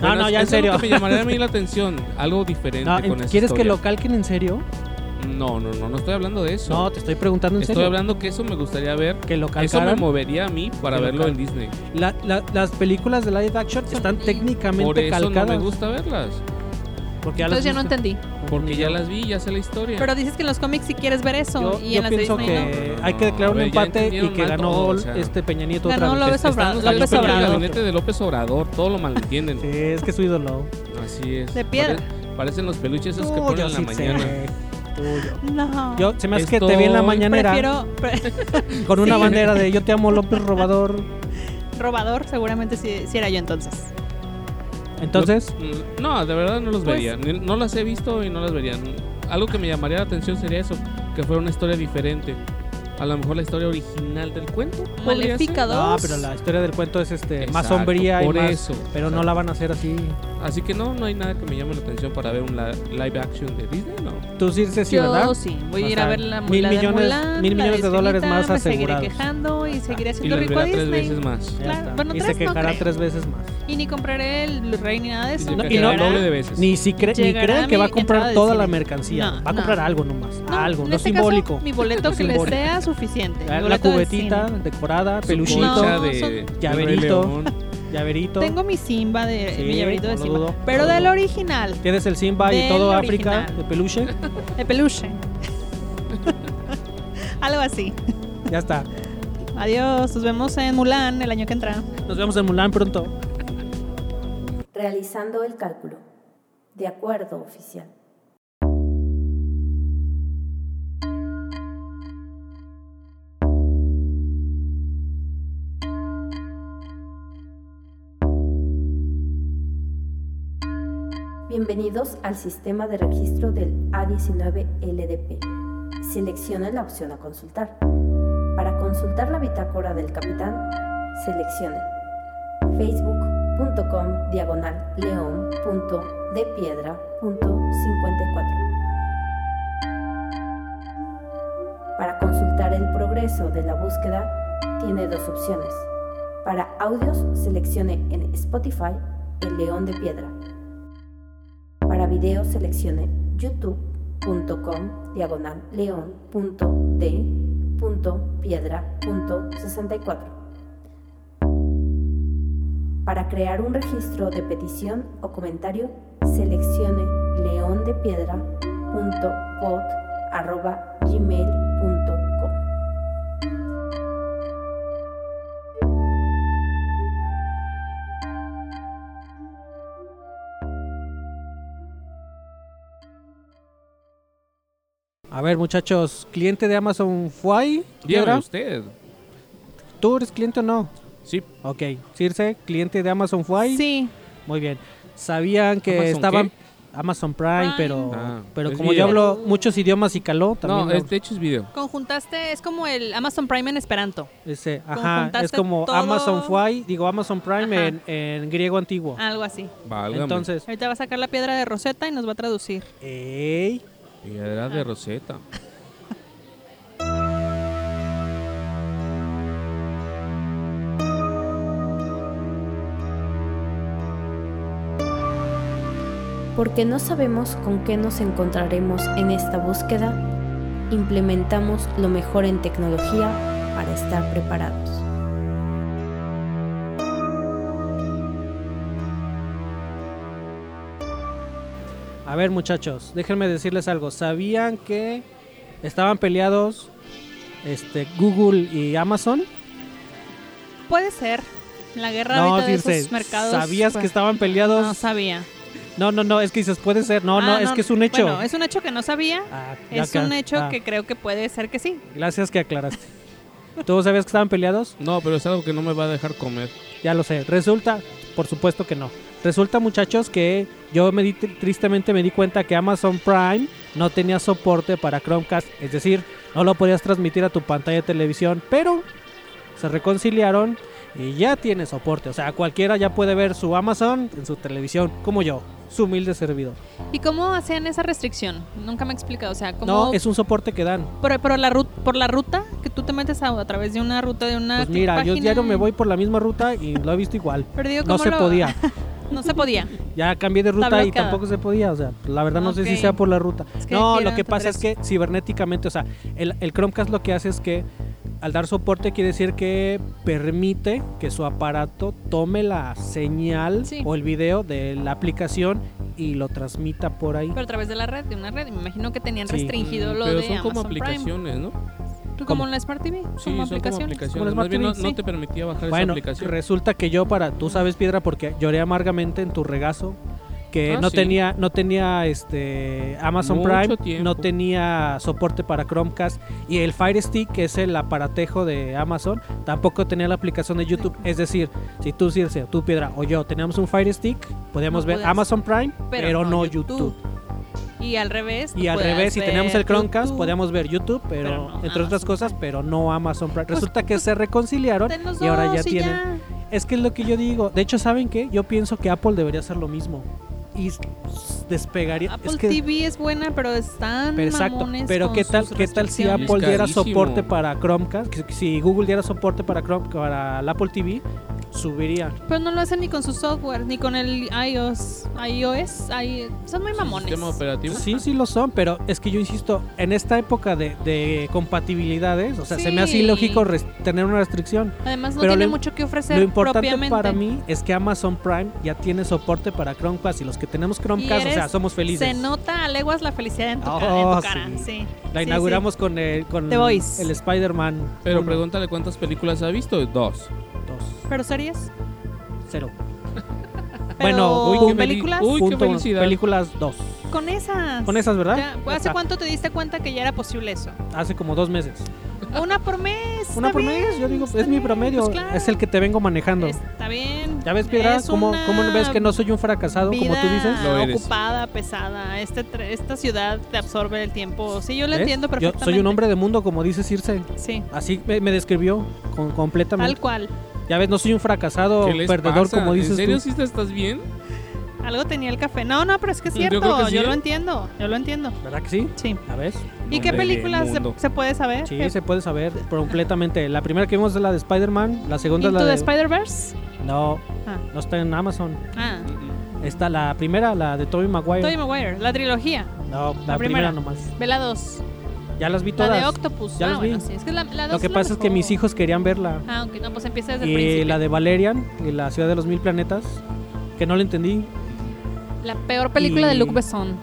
S3: No,
S4: Bueno,
S3: no,
S4: es-
S3: ya en
S4: es algo
S3: serio.
S4: que me llamaría a mí la atención, algo diferente
S3: No,
S4: con esa
S3: ¿Quieres que
S4: historia.
S3: lo calquen en serio?
S4: No, no, no, no estoy hablando de eso.
S3: No, te estoy preguntando en
S4: estoy
S3: serio.
S4: hablando que eso me gustaría ver.
S3: que lo
S4: Eso me
S3: calcaran.
S4: movería a mí para
S3: Que lo
S4: verlo
S3: cal-
S4: en Disney.
S3: La- la- las películas de live action están técnicamente
S4: Por eso no
S3: calcadas.
S4: me gusta verlas,
S3: Porque ya
S2: Entonces
S3: las
S2: ya no
S3: viste.
S2: entendí.
S4: porque ya las vi, ya sé la historia.
S2: Pero dices que en los cómics sí quieres ver eso
S3: Yo,
S2: y
S3: yo
S2: en las de
S3: pienso
S2: Disney
S3: que
S2: no.
S4: no, no,
S3: hay que
S4: no,
S3: declarar un
S4: güey, ya
S3: empate y
S4: entendieron
S3: que
S4: mal
S3: ganó
S4: todo, o sea.
S3: este Peña Nieto
S2: Ganó
S3: otra vez.
S2: López Obrador.
S4: Están
S2: López
S4: ustedes con el
S2: Obrador.
S4: gabinete de López Obrador, todo lo malentienden.
S3: Sí, es que es su ídolo.
S4: Así es.
S2: De piedra.
S4: Pare- parecen los peluches esos que
S3: Tú,
S4: ponen
S3: yo
S4: en la
S3: sí sé.
S4: mañana.
S3: Tuyo.
S2: No.
S3: Yo, se me hace que te vi en la
S4: Estoy-
S3: mañanera
S2: prefiero
S3: con una
S2: sí.
S3: bandera de yo te amo López Robador.
S2: robador, seguramente si, si era yo entonces.
S3: Entonces,
S4: Mm, No, de verdad no los
S2: Pues-
S4: vería. Ni- No las he visto y no las vería. Algo que me llamaría la atención sería eso, que fuera una historia diferente. A lo mejor la historia original del cuento. podría ser.
S2: Malefica
S3: no,
S2: 2.
S3: Ah, pero la historia del cuento es este más
S4: Exacto,
S3: sombría y
S4: por
S3: más-
S4: eso.
S3: pero no
S4: Exacto.
S3: la van a hacer así.
S4: Así que no, no hay nada que me llame la atención para ver un la- live action de Disney, no.
S3: Tú sí dices sí,
S2: Yo
S3: ¿verdad?
S2: sí, voy a
S3: O
S2: ir a
S3: sea,
S2: ver la
S3: mil
S2: la
S3: millones-
S2: de Mulan,
S3: mil
S2: la
S3: millones de dólares
S2: Sirenita,
S3: más
S2: Me
S3: asegurados.
S2: seguiré quejando y seguiré
S4: Y
S2: haciendo
S4: las
S2: rico a
S4: verá tres
S2: Disney.
S4: veces más.
S3: Ya
S2: Claro,
S3: está.
S2: bueno,
S3: y se
S2: tres no
S3: quejará
S2: creo.
S3: tres veces más.
S2: Y ni compraré el Blu-ray ni nada de eso.
S4: Y
S3: No,
S4: se
S3: y no-
S4: quejará el doble de veces.
S3: Ni, si cre- ni
S2: Llegará
S3: crean que
S2: mi
S3: va a comprar
S2: entrada de
S3: toda
S2: cine.
S3: la mercancía.
S2: No,
S3: va a
S2: no.
S3: comprar algo nomás.
S2: No,
S3: algo,
S2: en
S3: no
S2: este
S3: simbólico.
S2: Caso, mi boleto
S3: No
S2: que le
S3: simbólico.
S2: sea suficiente. mi
S3: La, la
S2: boleto de
S3: cubetita
S2: cine.
S3: decorada,
S4: Su
S3: peluchito,
S4: colcha
S2: No, son-
S4: de
S3: Llaverito.
S4: Rey León.
S3: llaverito.
S2: Tengo mi Simba de
S3: Sí,
S2: mi llaverito de
S3: no lo
S2: Simba,
S3: dudo.
S2: pero del original,
S3: Tienes el Simba y
S2: Del
S3: todo África
S2: original.
S3: de peluche.
S2: de peluche. Algo así.
S3: Ya está.
S2: Adiós, nos vemos en Mulan el año que entra.
S3: Nos vemos en Mulan pronto.
S1: Realizando el cálculo. De acuerdo, oficial. Bienvenidos al sistema de registro del A19LDP. Seleccione la opción a consultar. Para consultar la bitácora del capitán, seleccione facebook.com diagonal león.depiedra.54. Para consultar el progreso de la búsqueda, tiene dos opciones. Para audios, seleccione en Spotify El León de Piedra. Para videos, seleccione youtube.com diagonal león.d.piedra.64. Para crear un registro de petición o comentario, seleccione leondepiedra.pod.gmail.com.
S3: A ver, muchachos, cliente de Amazon Fly.
S4: Dígame
S3: ¿Piedra?
S4: usted.
S3: ¿Tú eres cliente o no?
S4: Sí.
S3: Ok. Circe, cliente de Amazon Fly.
S2: Sí,
S3: Muy bien. Sabían que
S4: ¿Amazon
S3: estaban
S4: qué?
S3: Amazon Prime,
S2: Prime.
S3: pero
S4: Ah,
S3: pero
S4: es
S3: como yo
S4: video.
S3: hablo muchos idiomas y caló, también
S4: No,
S3: hablo-
S4: es- de hecho es video.
S2: conjuntaste, es como el Amazon Prime en Esperanto.
S3: ese, ajá, es
S2: conjuntaste
S3: como
S2: todo.
S3: Amazon Fly, digo Amazon
S2: Ajá. Ah.
S3: Prime en, en griego antiguo.
S2: Algo así.
S4: Válgame.
S3: Entonces,
S2: Ahorita va a sacar la piedra de Rosetta y nos va a traducir.
S3: ey,
S4: Piedra de Rosetta.
S1: Porque no sabemos con qué nos encontraremos en esta búsqueda, implementamos lo mejor en tecnología para estar preparados.
S3: a ver muchachos, déjenme decirles algo. ¿Sabían que estaban peleados este Google y Amazon?
S2: Puede ser. La guerra
S3: No,
S2: ahorita de
S3: Circe,
S2: esos mercados. pues,
S3: ¿sabías que estaban peleados?
S2: No sabía.
S3: No, no, no, es que dices, puede ser. No,
S2: Ah,
S3: no, es que es un hecho.
S2: Bueno, es un hecho que no sabía.
S3: Ah, ya
S2: es
S3: acá-
S2: un hecho
S3: ah,
S2: que creo que puede ser que sí.
S3: Gracias que aclaraste. ¿Tú sabías que estaban peleados?
S4: No, pero es algo que no me va a dejar comer.
S3: Ya lo sé. Resulta, por supuesto que no. Resulta, muchachos, que yo me di, tristemente me di cuenta que Amazon Prime no tenía soporte para Chromecast, es decir, no lo podías transmitir a tu pantalla de televisión, pero se reconciliaron y ya tiene soporte. O sea, cualquiera ya puede ver su Amazon en su televisión, como yo, su humilde servidor.
S2: ¿Y cómo hacían esa restricción? Nunca me he explicado. O sea, ¿cómo.
S3: No, es un soporte que dan.
S2: por, por la ruta, por la ruta que tú te metes a, a través de una ruta de una.
S3: Pues mira, yo
S2: Ah, página?
S3: diario me voy por la misma ruta y lo he visto igual.
S2: Pero digo,
S3: No
S2: ¿cómo
S3: se
S2: lo-
S3: podía.
S2: no se podía.
S3: Ya cambié de ruta
S2: Está
S3: y
S2: bloqueada.
S3: tampoco se podía, o sea, la verdad no sé si
S2: Ok.
S3: sea por la ruta.
S2: Es que
S3: no,
S2: quiero
S3: lo que pasa es
S2: entender
S3: que cibernéticamente, o sea, el, el Chromecast lo que hace es que al dar soporte quiere decir que permite que su aparato tome la señal
S2: Sí.
S3: o el video de la aplicación y lo transmita por ahí.
S2: Pero a través de la red, de una red. Me imagino que tenían
S3: Sí.
S2: restringido
S4: Mm,
S2: lo
S4: pero
S2: de
S4: son como
S2: Amazon Prime.
S4: aplicaciones, ¿no?
S2: ¿Tú
S3: ¿Cómo?
S2: como en la Smart TV?
S4: Sí, son como aplicaciones.
S3: Como las
S4: Más bien no,
S3: Smart
S4: no
S3: TV,
S4: te permitía bajar esa
S3: Bueno,
S4: aplicación.
S3: resulta que yo para, tú sabes piedra porque lloré amargamente en tu regazo que
S4: Ah,
S3: no
S4: sí.
S3: tenía no tenía este Amazon
S4: Mucho
S3: Prime,
S4: tiempo.
S3: no tenía soporte para Chromecast y el Fire Stick, que es el aparatejo de Amazon, tampoco tenía la aplicación de YouTube, es decir, si tú Circe, tú Piedra o yo teníamos un Fire Stick, podíamos
S2: No
S3: ver
S2: podías.
S3: Amazon Prime, pero, no YouTube.
S2: Y al revés.
S3: Y al revés, si teníamos el Chromecast, podíamos ver YouTube, pero,
S2: pero no
S3: entre otras
S2: Amazon
S3: cosas, pero no Amazon Prime.
S2: Pues,
S3: Resulta que
S2: pues,
S3: se reconciliaron y ahora ya tienen es que es lo que yo digo. De hecho, ¿saben qué? Yo pienso que Apple debería hacer lo mismo. Y s- despegaría.
S2: Apple
S3: es que,
S2: TV es buena, pero están
S3: pero exacto.
S2: mamones
S3: Pero
S2: con
S3: ¿qué tal,
S2: sus
S3: qué tal si
S2: restricciones.
S3: Apple diera
S4: Carísimo.
S3: soporte para Chromecast? Que- que Si Google diera soporte para Chromecast, para el Apple TV, subiría.
S2: Pero Pues no lo hacen ni con su software, ni con el iOS. iOS ahí- son muy mamones.
S4: Sistema operativo.
S3: Sí, sí lo son, pero es que yo insisto, en esta época de, de compatibilidades, o sea, se me hace
S2: Sí.
S3: ilógico res- tener una restricción.
S2: Además, no
S3: Pero
S2: tiene
S3: lo-
S2: mucho que ofrecer
S3: Lo importante
S2: propiamente.
S3: para mí es que Amazon Prime ya tiene soporte para Chromecast y los que tenemos Chromecast, o
S2: eres-
S3: sea, somos felices.
S2: Se nota a leguas la felicidad en tu, ca-
S3: Oh,
S2: en tu cara.
S3: sí.
S2: Sí.
S3: La
S2: Sí,
S3: inauguramos con el, con
S2: The Voice.
S3: el Spider-Man.
S4: Pero
S3: uno,
S4: pregúntale cuántas películas ha visto. Dos.
S3: dos,
S2: sí. Pero series.
S3: cero.
S2: Pero
S3: Bueno, uy,
S4: qué feliz-
S2: películas.
S4: uy, qué
S3: Punto uno.
S4: felicidad.
S3: Películas dos.
S2: Con esas.
S3: Con esas, ¿verdad?
S2: Ya,
S3: Ya
S2: ¿Hace
S3: está.
S2: cuánto te diste cuenta que ya era posible eso?
S3: Hace como dos meses.
S2: Una por mes.
S3: Una
S2: está
S3: por
S2: bien,
S3: mes, yo digo,
S2: está
S3: es mi
S2: bien,
S3: promedio.
S2: pues claro,
S3: Es el que te vengo manejando.
S2: Está bien.
S3: ¿Ya ves, Piedra?
S2: Es
S3: ¿Cómo,
S2: una
S3: ¿Cómo ves que no soy un fracasado, como tú
S2: vida
S3: dices?
S4: Lo eres.
S2: ocupada, pesada. Este, tra- esta ciudad te absorbe el tiempo. Sí, yo lo
S3: ¿Ves?
S2: entiendo
S3: Yo
S2: perfectamente.
S3: soy un hombre de mundo, como dice Circe.
S2: Sí,
S3: Así me, me describió con, completamente.
S2: tal cual.
S3: Ya ves, no soy un fracasado
S4: ¿Qué les
S3: Oh, perdedor,
S4: pasa?
S3: como dices
S4: ¿En serio
S3: tú.
S4: sí te estás bien?
S2: Algo tenía el café. No, no, pero es que es
S4: Yo
S2: cierto.
S4: creo
S2: Yo,
S4: que sí, ¿eh?
S2: lo entiendo. Yo lo entiendo.
S3: ¿Verdad que sí?
S2: Sí.
S3: ¿Ya ves?
S2: ¿Y qué
S4: Hombre de
S2: películas se,
S4: mundo.
S2: se puede saber? Eh,
S3: Sí,
S2: ¿Qué-
S3: se puede saber completamente. La primera que vimos es la de Spider-Man, la segunda
S2: ¿Into
S3: es la
S2: the
S3: de...
S2: Spider-Verse?
S3: no,
S2: Ah.
S3: no está en Amazon.
S2: Ah,
S3: Está la primera, la de Tobey Maguire.
S2: Tobey Maguire. La trilogía.
S3: No,
S2: La
S3: la, primera.
S2: primera.
S3: nomás.
S2: Vela 2.
S3: Ya las vi
S2: La de
S3: todas.
S2: Octopus.
S3: Ya
S2: ah,
S3: las vi.
S2: bueno, sí. Es que la, la
S3: Lo
S2: dos
S3: que
S2: es la
S3: pasa es que
S2: mejor.
S3: mis hijos querían verla.
S2: Ah, ok. No, pues empieza desde el
S3: Y
S2: principio.
S3: la de Valerian y la ciudad de los mil planetas, que no la entendí,
S2: La peor película de
S3: y-
S2: Luc Besson.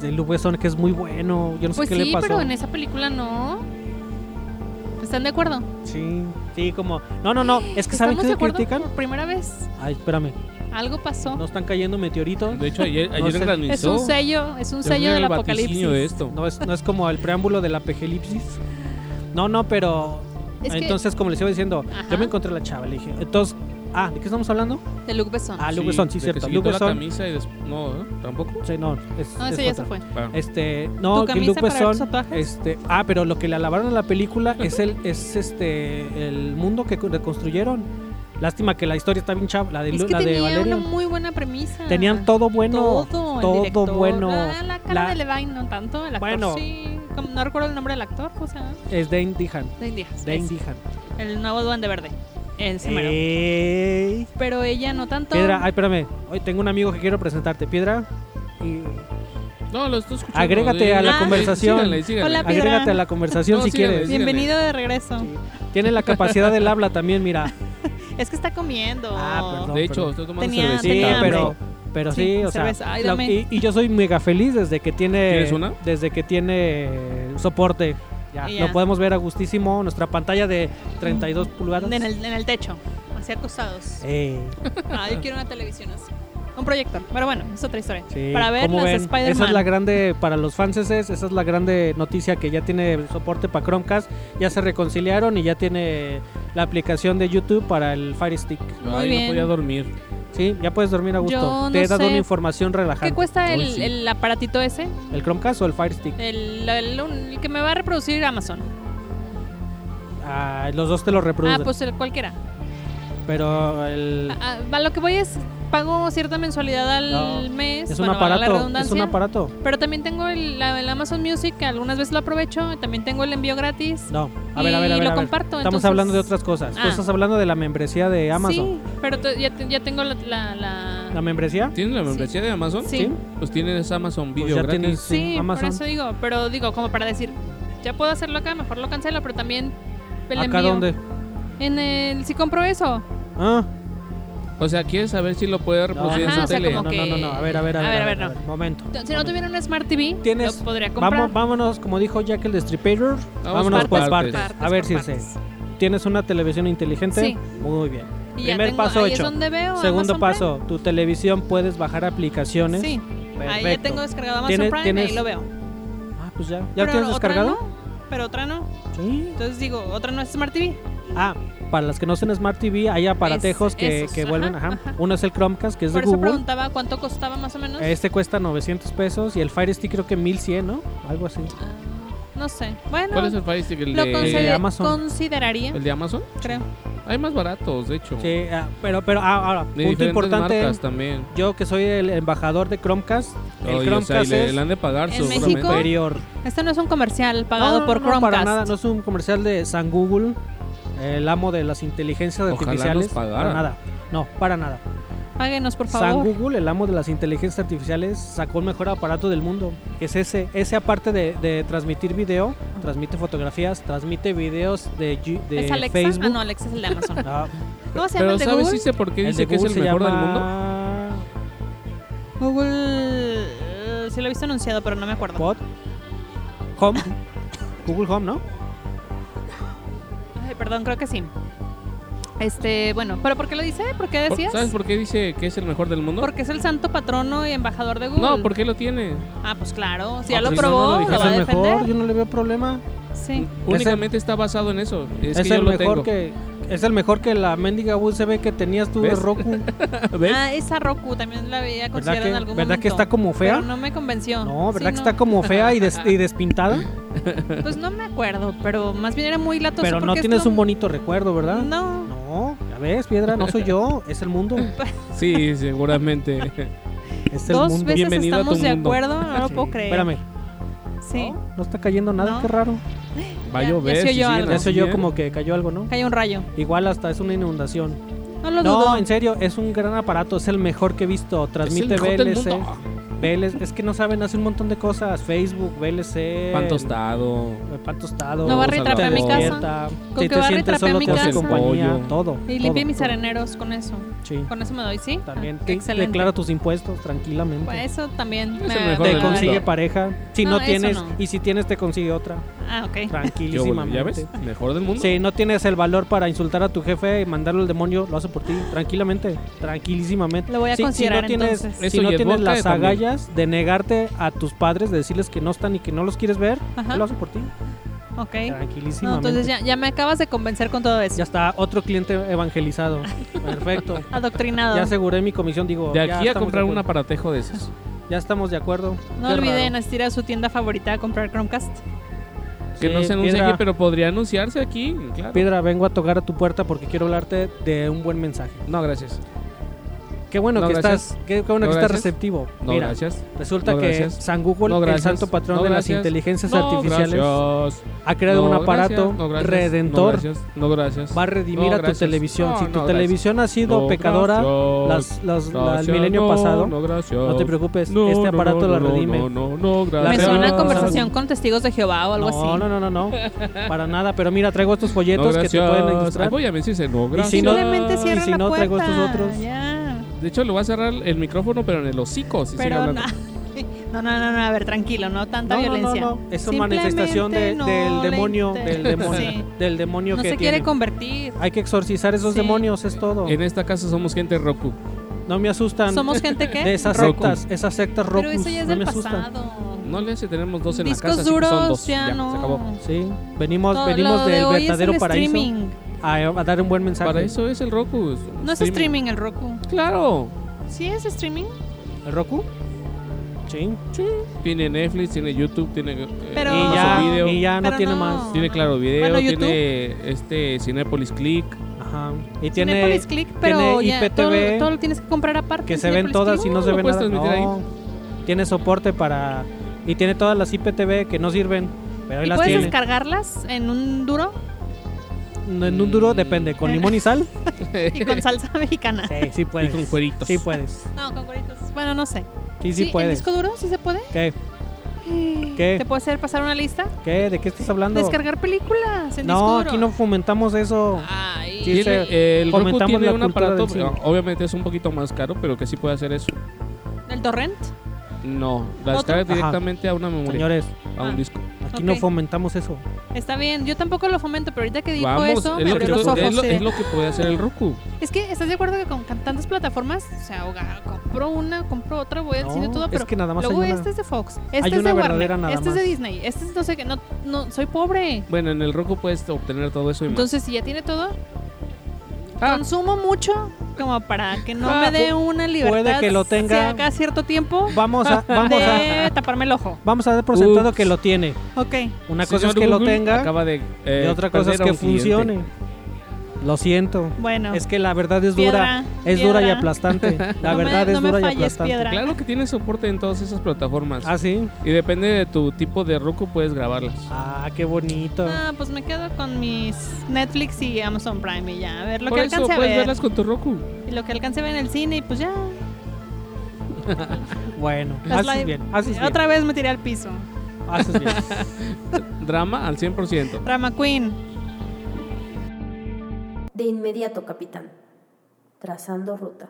S3: de Luke Besson, que es muy bueno. Yo no sé
S2: Pues
S3: qué le
S2: sí,
S3: pasó.
S2: pero en esa película no. ¿Están de acuerdo?
S3: Sí, sí, como. No, no, no. Es que ¿saben
S2: ¿Estamos
S3: qué
S2: de acuerdo
S3: critican?
S2: por primera vez?
S3: Ay, espérame.
S2: Algo pasó.
S3: No están cayendo meteoritos.
S4: De hecho, ayer,
S3: No
S4: ayer
S3: sé.
S2: es
S4: granizó.
S2: un sello, es un
S4: Yo
S2: sello
S4: vi
S2: del
S4: el vaticinio
S2: apocalipsis.
S4: de esto.
S3: No es, no es como el preámbulo del apocalipsis. No, no, pero.
S2: Es que-
S3: Ah, entonces, como les iba diciendo,
S2: Ajá.
S3: yo me encontré a la chava, le dije. Entonces, ah, ¿de qué estamos hablando?
S2: De Luc Besson.
S3: Ah, Luke Besson, sí,
S4: de que
S3: cierto.
S4: se
S3: Luke
S4: quitó la
S3: Besson.
S4: camisa y des- No, ¿eh? ¿Tampoco?
S3: Sí, no, es,
S2: no,
S3: es
S2: ese ya se
S3: otra.
S2: fue.
S4: Ah.
S3: Este, no,
S2: ¿Tu
S3: que
S2: camisa
S3: Luke
S2: para ver
S3: Besson,
S2: tus tatuajes?
S3: este, ah, pero lo que le alabaron a la película es el, es este, el mundo que reconstruyeron. Lástima que la historia está bien chava, la de,
S2: Es
S3: Lu-
S2: que
S3: la de
S2: tenía
S3: Valerian.
S2: una muy buena premisa.
S3: Tenían todo bueno,
S2: Todo, el
S3: todo
S2: director,
S3: bueno.
S2: La, la cara
S3: La-
S2: de Levine no tanto, el actor
S3: Bueno.
S2: sí. Como, no recuerdo el nombre del actor, o sea,
S3: es Dane Dihan,
S2: de Indias.
S3: Dane
S2: es
S3: Dihan.
S2: El nuevo Duende Verde. Ese mero.
S3: Ey.
S2: Pero ella no tanto.
S3: Eh. Piedra, ay, espérame, hoy tengo un amigo que quiero presentarte, Piedra. Y
S4: No, lo estoy escuchando.
S3: Agrégate
S4: Eh,
S3: a
S2: la
S4: sí,
S3: conversación.
S4: síganle, síganle.
S2: Hola, Ah, Piedra.
S3: agrégate a la conversación
S4: No,
S3: si
S4: síganle,
S3: quieres.
S4: sí.
S2: Bienvenido de regreso.
S3: Tiene la capacidad del habla también, mira.
S4: Ah,
S2: Es que está comiendo.
S3: Ah, perdón.
S4: De hecho, estoy tomando
S2: Tenía-
S4: cervecita.
S3: Sí,
S2: tenía hambre.
S3: pero, pero sí,
S2: Sí,
S3: o sea,
S2: cerveza. Ay,
S3: lo-
S2: dame.
S3: y, y yo soy mega feliz desde que tiene
S4: ¿Quieres una?
S3: desde que tiene soporte. Ya,
S2: Y ya. Mm,
S3: lo podemos ver a gustísimo nuestra pantalla de 32 pulgadas.
S2: En el, en el techo, así acostados.
S3: Ey,
S2: Ah, yo quiero una televisión así. Un proyector. Pero bueno, es otra historia.
S3: sí,
S2: Para ver
S3: ¿cómo
S2: las
S3: ven?
S2: Spider-Man.
S3: Esa es la grande para los fans esa es la grande noticia que ya tiene soporte para Chromecast, ya se reconciliaron y ya tiene la aplicación de YouTube para el Fire Stick.
S2: Muy
S4: Ay,
S2: bien.
S4: no podía dormir.
S3: Sí, ya puedes dormir a gusto.
S2: Yo
S3: Te
S2: no
S3: he dado
S2: sé.
S3: una información
S2: ¿Qué
S3: relajante.
S2: cuesta el,
S4: Uy, sí.
S2: el aparatito ese?
S3: ¿El Chromecast o el Fire Stick?
S2: El, el- un- el que me va a reproducir Amazon.
S3: Ah, los dos te lo
S2: Ah,
S3: reproducen.
S2: pues el cualquiera.
S3: Pero el
S2: Ah, ah, lo que voy es, pago cierta mensualidad al
S3: No,
S2: mes.
S3: es un
S2: pues, bueno, valga la
S3: aparato, es
S2: redundancia.
S3: un aparato.
S2: Pero también tengo el, la- el Amazon Music, que algunas veces lo aprovecho. También tengo el envío gratis.
S3: No, a ver, a ver, a
S2: Y
S3: ver.
S2: lo
S3: a ver.
S2: comparto,
S3: Estamos
S2: entonces-
S3: hablando de otras cosas. Tú
S2: Ah.
S3: estás hablando de la membresía de Amazon.
S2: Sí, pero te- ya, te- ya tengo la... la- la-
S3: ¿La membresía?
S4: ¿Tienen la membresía de Amazon?
S2: Sí.
S3: ¿Sí?
S4: Pues tienes Amazon
S3: Pues
S4: Video
S3: ya
S4: gratis.
S3: tienes sí,
S2: Sí,
S3: Amazon.
S2: por eso digo, pero digo, como para decir, ya puedo hacerlo acá, mejor lo cancelo, pero también el
S3: ¿Acá
S2: envío.
S3: dónde?
S2: En el, si compro eso.
S3: Ah,
S4: O sea, ¿quieres saber si lo puede reproducir en
S2: Ajá,
S4: su
S2: o sea,
S4: tele?
S3: no,
S2: como
S3: no,
S2: que-
S3: no, no, a ver, a ver, a ver, a ver,
S2: no.
S3: a ver, momento.
S2: Si no tuviera una Smart TV,
S3: Tienes-
S2: lo podría comprar.
S3: Vamos, vámonos, como dijo Jack el Destripator, vámonos por
S4: por
S3: partes.
S4: partes.
S3: A ver,
S2: por
S3: Circe,
S2: partes.
S3: ¿tienes una televisión inteligente?
S2: Sí.
S3: Muy bien.
S2: Y ya
S3: Primer
S2: tengo-
S3: paso
S2: ahí es
S3: hecho.
S2: donde veo
S3: Segundo
S2: Amazon
S3: paso, tu televisión puedes bajar
S2: Prime.
S3: aplicaciones.
S2: Sí, ahí ya
S3: Perfecto.
S2: tengo descargado Amazon
S3: Tienes-
S2: Prime y
S3: tienes-
S2: ahí lo veo.
S3: Ah, pues ya. ¿Ya
S2: Pero
S3: lo tienes
S2: otra
S3: descargado?
S2: no, pero otra no.
S3: Sí.
S2: Entonces digo, otra no es Smart TV.
S3: Ah, para las que no son Smart TV, hay aparatejos
S2: Es-
S3: que,
S2: esos,
S3: que vuelven,
S2: ajá,
S3: ajá.
S2: ajá.
S3: Uno es el Chromecast, que es
S2: Por
S3: de
S2: eso
S3: Google.
S2: preguntaba cuánto costaba más o menos.
S3: Este cuesta 900 pesos y el Fire Stick creo que 1100, ¿no? Algo así.
S2: Ah, no sé. Bueno,
S4: ¿Cuál es el Fire Stick? ¿El
S2: lo
S4: de,
S2: consider-
S3: Amazon?
S2: consideraría,
S4: ¿El de Amazon?
S2: creo.
S4: Hay más baratos, de hecho.
S3: Sí, ah, pero, pero ah, ahora,
S4: De
S3: punto
S4: diferentes
S3: importante,
S4: marcas también.
S3: yo que soy el embajador de Chromecast, el
S4: Ay, o
S3: Chromecast
S4: sea, y le,
S3: es
S4: le han de pagar
S2: ¿En
S4: seguramente.
S2: México?
S3: superior.
S2: Este no es un comercial
S3: No,
S2: pagado
S3: Ah, no,
S2: por
S3: no,
S2: Chromecast.
S3: para nada, no es un comercial de San Google. el amo de las inteligencias
S4: Ojalá
S3: artificiales.
S4: nos pagara.
S3: Para nada. No, para nada.
S2: Páguenos, por
S3: San
S2: favor.
S3: Google, el amo de las inteligencias artificiales, sacó el mejor aparato del mundo. Que es ese. Ese aparte de, de transmitir video, transmite fotografías, transmite videos de, G- de
S2: ¿Es Alexa?
S3: Facebook.
S2: Ah, no, Alexa es el de Amazon.
S3: Ah,
S2: ¿Cómo se llama
S4: Pero
S2: el de
S4: ¿sabes
S2: Google?
S4: dice por qué
S3: el
S4: dice
S3: de
S4: que es el
S3: Google se
S4: mejor del mundo?
S3: llama
S2: Google. eh, Sí lo he visto anunciado, pero no me acuerdo.
S3: Pod. Home. Google Home, ¿no?
S2: Ay, perdón, creo que sí. Este, bueno, ¿pero por qué lo dice? ¿Por qué
S4: Por-
S2: decías?
S4: ¿Sabes por qué dice que es el mejor del mundo?
S2: Porque es el santo patrono y embajador de Google.
S4: No, ¿por qué lo tiene?
S2: Ah, pues claro. Si
S4: Ah,
S2: ya lo
S4: pues si no, no
S2: probó,
S4: lo
S2: lo,
S4: dijiste.
S2: va a
S3: es el
S2: defender.
S3: mejor, yo no le veo problema.
S2: Sí.
S4: Únicamente está basado en eso. Es,
S3: Es,
S4: que yo
S3: el
S4: lo
S3: mejor
S4: tengo.
S3: que es el mejor que la mendiga USB que tenías tú de
S4: ¿Ves?
S3: Roku.
S4: ¿Ves?
S2: Ah, esa Roku también la había
S3: ¿Verdad,
S2: considerado
S3: que,
S2: en algún
S3: ¿verdad
S2: momento.
S3: que está como fea?
S2: Pero no me convenció.
S3: No, ¿verdad
S2: Sí,
S3: que está como fea y, des- y despintada?
S2: Pues no me acuerdo, pero más bien era muy latoso.
S3: pero no
S2: porque es
S3: tienes
S2: lo-
S3: un bonito recuerdo, ¿verdad?
S2: No.
S3: No, ya ves, piedra, no soy yo, es el mundo.
S4: Sí, seguramente.
S3: Es el
S2: Pues, Dos
S3: mundo.
S2: veces
S4: Bienvenido a
S2: estamos
S4: tu
S2: de
S4: mundo.
S2: acuerdo, no lo puedo creer.
S3: Espérame,
S2: Sí.
S3: no está cayendo nada,
S2: No.
S3: qué raro.
S4: Va a
S2: Ya- ya
S4: llover.
S2: se
S4: si
S2: oyó
S4: siguen
S2: algo.
S4: así,
S3: Ya soy yo
S4: ¿eh?
S3: como que cayó algo, ¿no?
S2: Cayó un rayo.
S3: Igual hasta es una inundación.
S2: No lo
S3: No,
S2: dudo.
S3: en serio, es un gran aparato, es el mejor que he visto.
S4: Es el
S3: Transmite
S4: mejor del
S3: VLC.
S4: mundo.
S3: VLC, es que no saben, hace un montón de cosas. Facebook, VLC.
S4: Pan tostado.
S3: eh, Pan tostado.
S2: No barre
S4: y trapea mi casa.
S2: Con que
S3: te
S2: barre y
S3: sientes
S2: trapea
S3: solo,
S2: mi
S3: te hace
S2: casa.
S3: compañía.
S4: Pollo.
S3: Todo.
S2: Y
S3: todo,
S2: limpié mis
S3: todo.
S2: areneros con eso.
S3: Sí.
S2: Con eso me doy, ¿sí?
S3: También
S2: Ah,
S3: te-
S2: excelente.
S3: declara tus impuestos tranquilamente.
S2: Pues eso también
S4: Es
S2: me,
S4: el mejor
S2: me
S3: te
S4: del
S2: va a dar.
S3: consigue
S4: mundo.
S3: pareja. Si
S2: No,
S3: no,
S2: eso
S3: tienes,
S2: no.
S3: y si tienes, te consigue otra.
S2: Ah, ok.
S4: Yo, bueno, ¿Ya
S3: Tranquilísimamente.
S4: ves? Mejor del mundo.
S3: Si no tienes el valor para insultar a tu jefe y mandarlo al demonio, lo hace por ti, tranquilamente, tranquilísimamente.
S2: Lo voy a
S3: Si- si,
S2: considerar
S3: no tienes,
S2: entonces.
S3: si
S4: Eso
S3: no
S4: y es
S3: tienes
S4: vodka
S3: las
S4: también.
S3: agallas de negarte a tus padres, de decirles que no están y que no los quieres ver,
S2: Ajá.
S3: él lo hace por ti,
S2: Ok. No,
S3: tranquilísimamente.
S2: entonces ya, ya me acabas de convencer con todo eso.
S3: Ya está, otro cliente evangelizado. Perfecto.
S2: Adoctrinado.
S3: Ya aseguré mi comisión, digo. ya
S4: De aquí a
S3: estamos
S4: comprar
S3: de
S4: un
S3: acuerdo.
S4: aparatejo de esos.
S3: Ya estamos de acuerdo.
S2: no
S3: Qué
S2: olviden
S3: raro.
S2: asistir a su tienda favorita a comprar Chromecast.
S4: Que no
S3: Sí,
S4: se anuncie
S3: piedra.
S4: aquí, pero podría anunciarse aquí. Claro.
S3: Piedra, vengo a tocar a tu puerta porque quiero hablarte de un buen mensaje.
S4: No, gracias.
S3: Qué bueno
S4: No,
S3: que
S4: gracias.
S3: estás, qué, qué bueno
S4: No,
S3: que estás
S4: gracias.
S3: receptivo.
S4: No,
S3: Mira,
S4: gracias.
S3: resulta
S4: No,
S3: que
S4: gracias.
S3: San Google,
S4: No,
S3: el
S4: gracias.
S3: santo patrón
S4: No,
S3: de las
S4: gracias.
S3: inteligencias
S4: No,
S3: artificiales,
S4: gracias.
S3: ha creado
S4: No,
S3: un aparato
S4: gracias. No, gracias. No,
S3: redentor.
S4: gracias. No, gracias.
S3: va a redimir
S4: No,
S3: a tu
S4: gracias.
S3: televisión.
S4: No,
S3: si tu
S4: no,
S3: televisión ha sido
S4: No,
S3: pecadora
S4: gracias.
S3: las, las- la- el
S4: Gracias.
S3: milenio
S4: No,
S3: pasado, no,
S4: No, gracias.
S3: te preocupes,
S4: No,
S3: este
S4: no,
S3: aparato
S4: no,
S3: la
S4: no,
S3: redime.
S4: No, no, no,
S2: Me
S4: gracias.
S3: Pero-
S2: suena a conversación con testigos de Jehová o algo
S3: No,
S2: así.
S3: no, no, no, no. Para nada, pero mira, traigo estos folletos que te
S4: gracias.
S3: pueden
S4: Ay,
S3: ilustrar.
S4: voy a decirse, no,
S3: Y
S4: gracias.
S3: si no-
S2: Simplemente cierra
S3: y si
S2: la
S3: no,
S2: puerta.
S3: traigo estos otros.
S2: Ya.
S4: De hecho, le voy a cerrar el micrófono, pero en el hocico. Si sigue
S2: Pero
S4: hablando.
S2: no. No, no, no, no, a ver, tranquilo, no tanta
S3: No, no, no,
S2: violencia.
S3: no, Es una manifestación de-
S2: Simplemente no
S3: del
S2: le
S3: demonio, del
S2: interesa.
S3: demonio,
S2: Sí.
S3: del demonio
S2: No
S3: que
S2: se
S3: tiene.
S2: quiere convertir.
S3: Hay que exorcizar esos
S2: Sí.
S3: demonios, es todo.
S4: En esta casa somos gente Roku.
S3: No me asustan.
S2: Somos gente que.
S3: de esas
S4: Roku.
S3: sectas, esas sectas
S2: Pero
S3: rocus,
S2: eso ya es
S3: no
S2: del
S3: me asustan.
S2: pasado.
S4: No le hace, tenemos dos en la
S2: Discos
S4: casa. así que
S2: duros
S4: son dos.
S2: ya, no.
S4: Se acabó.
S3: Sí, venimos,
S2: No,
S3: venimos
S2: lo de
S3: del
S2: hoy es
S3: verdadero
S2: el
S3: paraíso
S2: Streaming.
S3: a, a dar un buen mensaje.
S4: Para eso es el Roku. es un
S2: No es streaming el Roku.
S4: Claro.
S2: ¿Sí es streaming?
S3: ¿El Roku? Sí.
S4: Tiene Netflix, tiene YouTube, tiene eh,
S2: Pero-
S3: y
S4: Amazon
S3: ya,
S4: Video,
S3: y ya no
S2: Pero
S3: tiene
S2: no.
S3: más.
S4: tiene Claro Video,
S2: Bueno, YouTube.
S4: tiene este Cinepolis Click.
S3: Ajá.
S2: Tiene
S3: Y tiene
S2: Cinepolis Click, pero
S3: tiene
S2: ya
S3: IPTV,
S2: todo, todo lo tienes que comprar aparte.
S3: que
S2: en
S3: se ven
S2: Cinépolis
S3: todas y
S2: Click.
S3: no se
S4: lo
S3: ven
S4: puedes
S3: nada.
S4: transmitir ahí.
S3: No. Tiene soporte para y tiene todas las IPTV que no sirven, pero ahí
S2: ¿Y
S3: las
S2: puedes
S3: tiene.
S2: descargarlas en un duro
S3: En un duro depende, con limón y sal.
S2: y con salsa mexicana?
S3: Sí, sí
S4: Y
S3: puedes.
S4: con cueritos.
S3: Sí puedes.
S2: No, con cueritos. Bueno, no sé.
S3: Sí, sí,
S2: ¿El
S3: puedes.
S2: disco duro? ¿Sí se puede?
S3: ¿Qué? ¿Qué?
S2: ¿Te puedo hacer pasar una lista?
S3: ¿Qué? ¿De qué estás hablando?
S2: Descargar películas en disco
S3: No,
S2: duro.
S3: aquí no fomentamos eso.
S4: Ah,
S2: Ay.
S3: Sí,
S4: Tiene,
S3: se-
S4: eh, el Roku
S3: fomentamos
S4: tiene
S3: la
S4: un
S3: cultura
S4: aparato,
S3: del cine.
S4: eh, obviamente es un poquito más caro, pero que sí puede hacer eso.
S2: ¿El torrent?
S4: No,
S2: ¿Otro?
S4: la descarga
S3: Ajá.
S4: directamente a una memoria,
S3: Señores,
S4: a un
S2: Ah.
S4: disco.
S3: aquí
S2: Ok.
S3: no fomentamos eso.
S2: Está bien, yo tampoco lo fomento, pero ahorita que dijo
S4: Vamos,
S2: eso,
S4: es,
S2: me
S4: lo que
S2: abrió los
S4: estoy-
S2: ojos.
S4: es lo-
S2: sí.
S4: es lo que puede hacer el Roku.
S2: Es que estás de acuerdo que con can- tantas plataformas, o sea, hogar, compro una, compro otra, voy al
S3: No,
S2: cine todo,
S3: es
S2: pero
S3: que nada más
S2: luego
S3: hay una.
S2: este es de Fox, este
S3: Hay
S2: es de
S3: una verdadera
S2: Warner,
S3: nada
S2: este es de
S3: más.
S2: Disney, este es no sé qué, no, no, soy pobre.
S4: Bueno, en el Roku puedes obtener todo eso y más.
S2: Entonces, si ya tiene todo,
S4: Ah.
S2: consumo mucho como para que no
S4: Ah,
S2: me dé
S4: pu-
S2: una libertad.
S3: que lo
S2: si
S3: tenga-
S2: a cada cierto tiempo
S3: Vamos a vamos
S2: de
S3: a
S2: taparme el ojo.
S3: vamos a dar por sentado
S4: Ups.
S3: que lo tiene.
S2: Ok.
S3: Una
S4: Sí,
S3: cosa es
S4: señor
S3: que lo
S4: Google,
S3: tenga
S4: acaba de, eh,
S3: y otra cosa es
S4: perder a
S3: que
S4: un cliente.
S3: funcione. Lo siento.
S2: Bueno,
S3: Es que la verdad es
S2: Piedra,
S3: dura. Es dura y
S2: piedra.
S3: aplastante. La
S2: No me-
S3: verdad
S2: no
S3: es
S2: me
S3: dura y
S2: falles,
S3: aplastante.
S2: piedra.
S4: Claro que tiene soporte en todas esas plataformas.
S3: Ah, sí.
S4: Y depende de tu tipo de ruco, puedes grabarlas.
S3: Ah, qué bonito.
S2: ah, pues me quedo con mis Netflix y Amazon Prime y ya. A ver lo
S4: Por
S2: que
S4: eso
S2: alcance a
S4: puedes
S2: ver.
S4: verlas con tu Roku.
S2: Y lo que alcance a ver en el cine y pues ya.
S3: Bueno,
S2: Las
S3: haces
S2: live-
S3: bien. Haces bien.
S2: Pues Otra vez me tiré al piso.
S3: Haces bien.
S4: Drama al 100%.
S2: Drama Queen.
S1: De inmediato, capitán. Trazando ruta.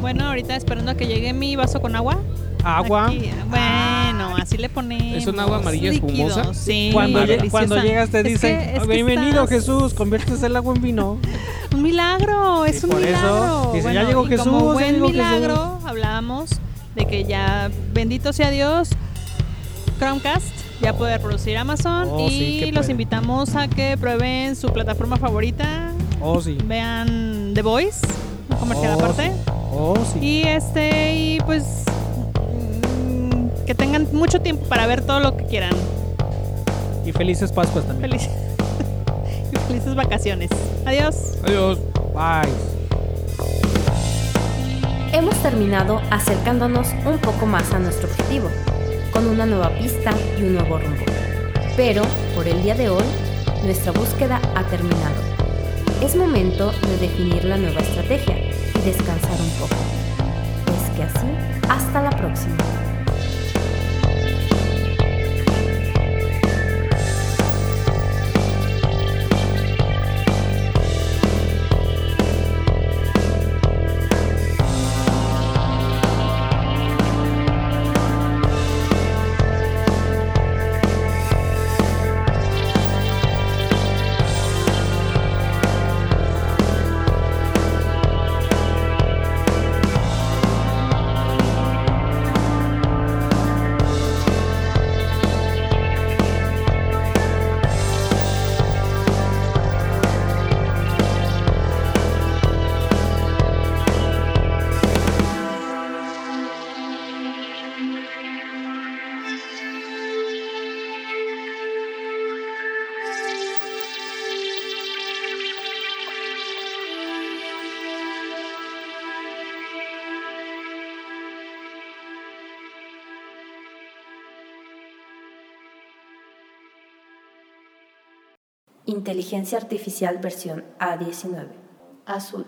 S2: Bueno, ahorita esperando a que llegue mi vaso con agua.
S3: Agua. Ah.
S2: Aquí, bueno, así le ponemos.
S4: ¿Es un agua amarilla
S2: líquido,
S4: espumosa?
S2: Sí.
S3: Cuando, lle-
S2: deliciosa.
S3: cuando llegas te
S2: Es que-
S3: dicen,
S2: es que
S3: bienvenido
S2: estás-
S3: Jesús, conviertes el agua en vino.
S2: Un milagro, es un
S3: por eso,
S2: milagro.
S3: dice, "Ya llegó
S2: y
S3: Jesús,
S2: Como
S3: ya
S2: buen
S3: llegó
S2: milagro, hablábamos de que ya, bendito sea Dios, Chromecast ya puede producir Amazon.
S3: Oh,
S2: y
S3: sí, que
S2: los
S3: puede.
S2: invitamos a que prueben su plataforma favorita.
S3: Oh, sí.
S2: Vean The Voice, un comercial
S3: Oh,
S2: aparte.
S3: sí. Oh, sí.
S2: Y este, y pues. mm, Que tengan mucho tiempo para ver todo lo que quieran.
S3: Y felices Pascuas también.
S2: Feliz- y felices vacaciones. Adiós.
S4: Adiós.
S3: Bye.
S1: Hemos terminado acercándonos un poco más a nuestro objetivo, con una nueva pista y un nuevo rumbo. Pero, por el día de hoy, nuestra búsqueda ha terminado. Es momento de definir la nueva estrategia y descansar un poco. Es que así, hasta la próxima. Inteligencia Artificial versión A19. Azul.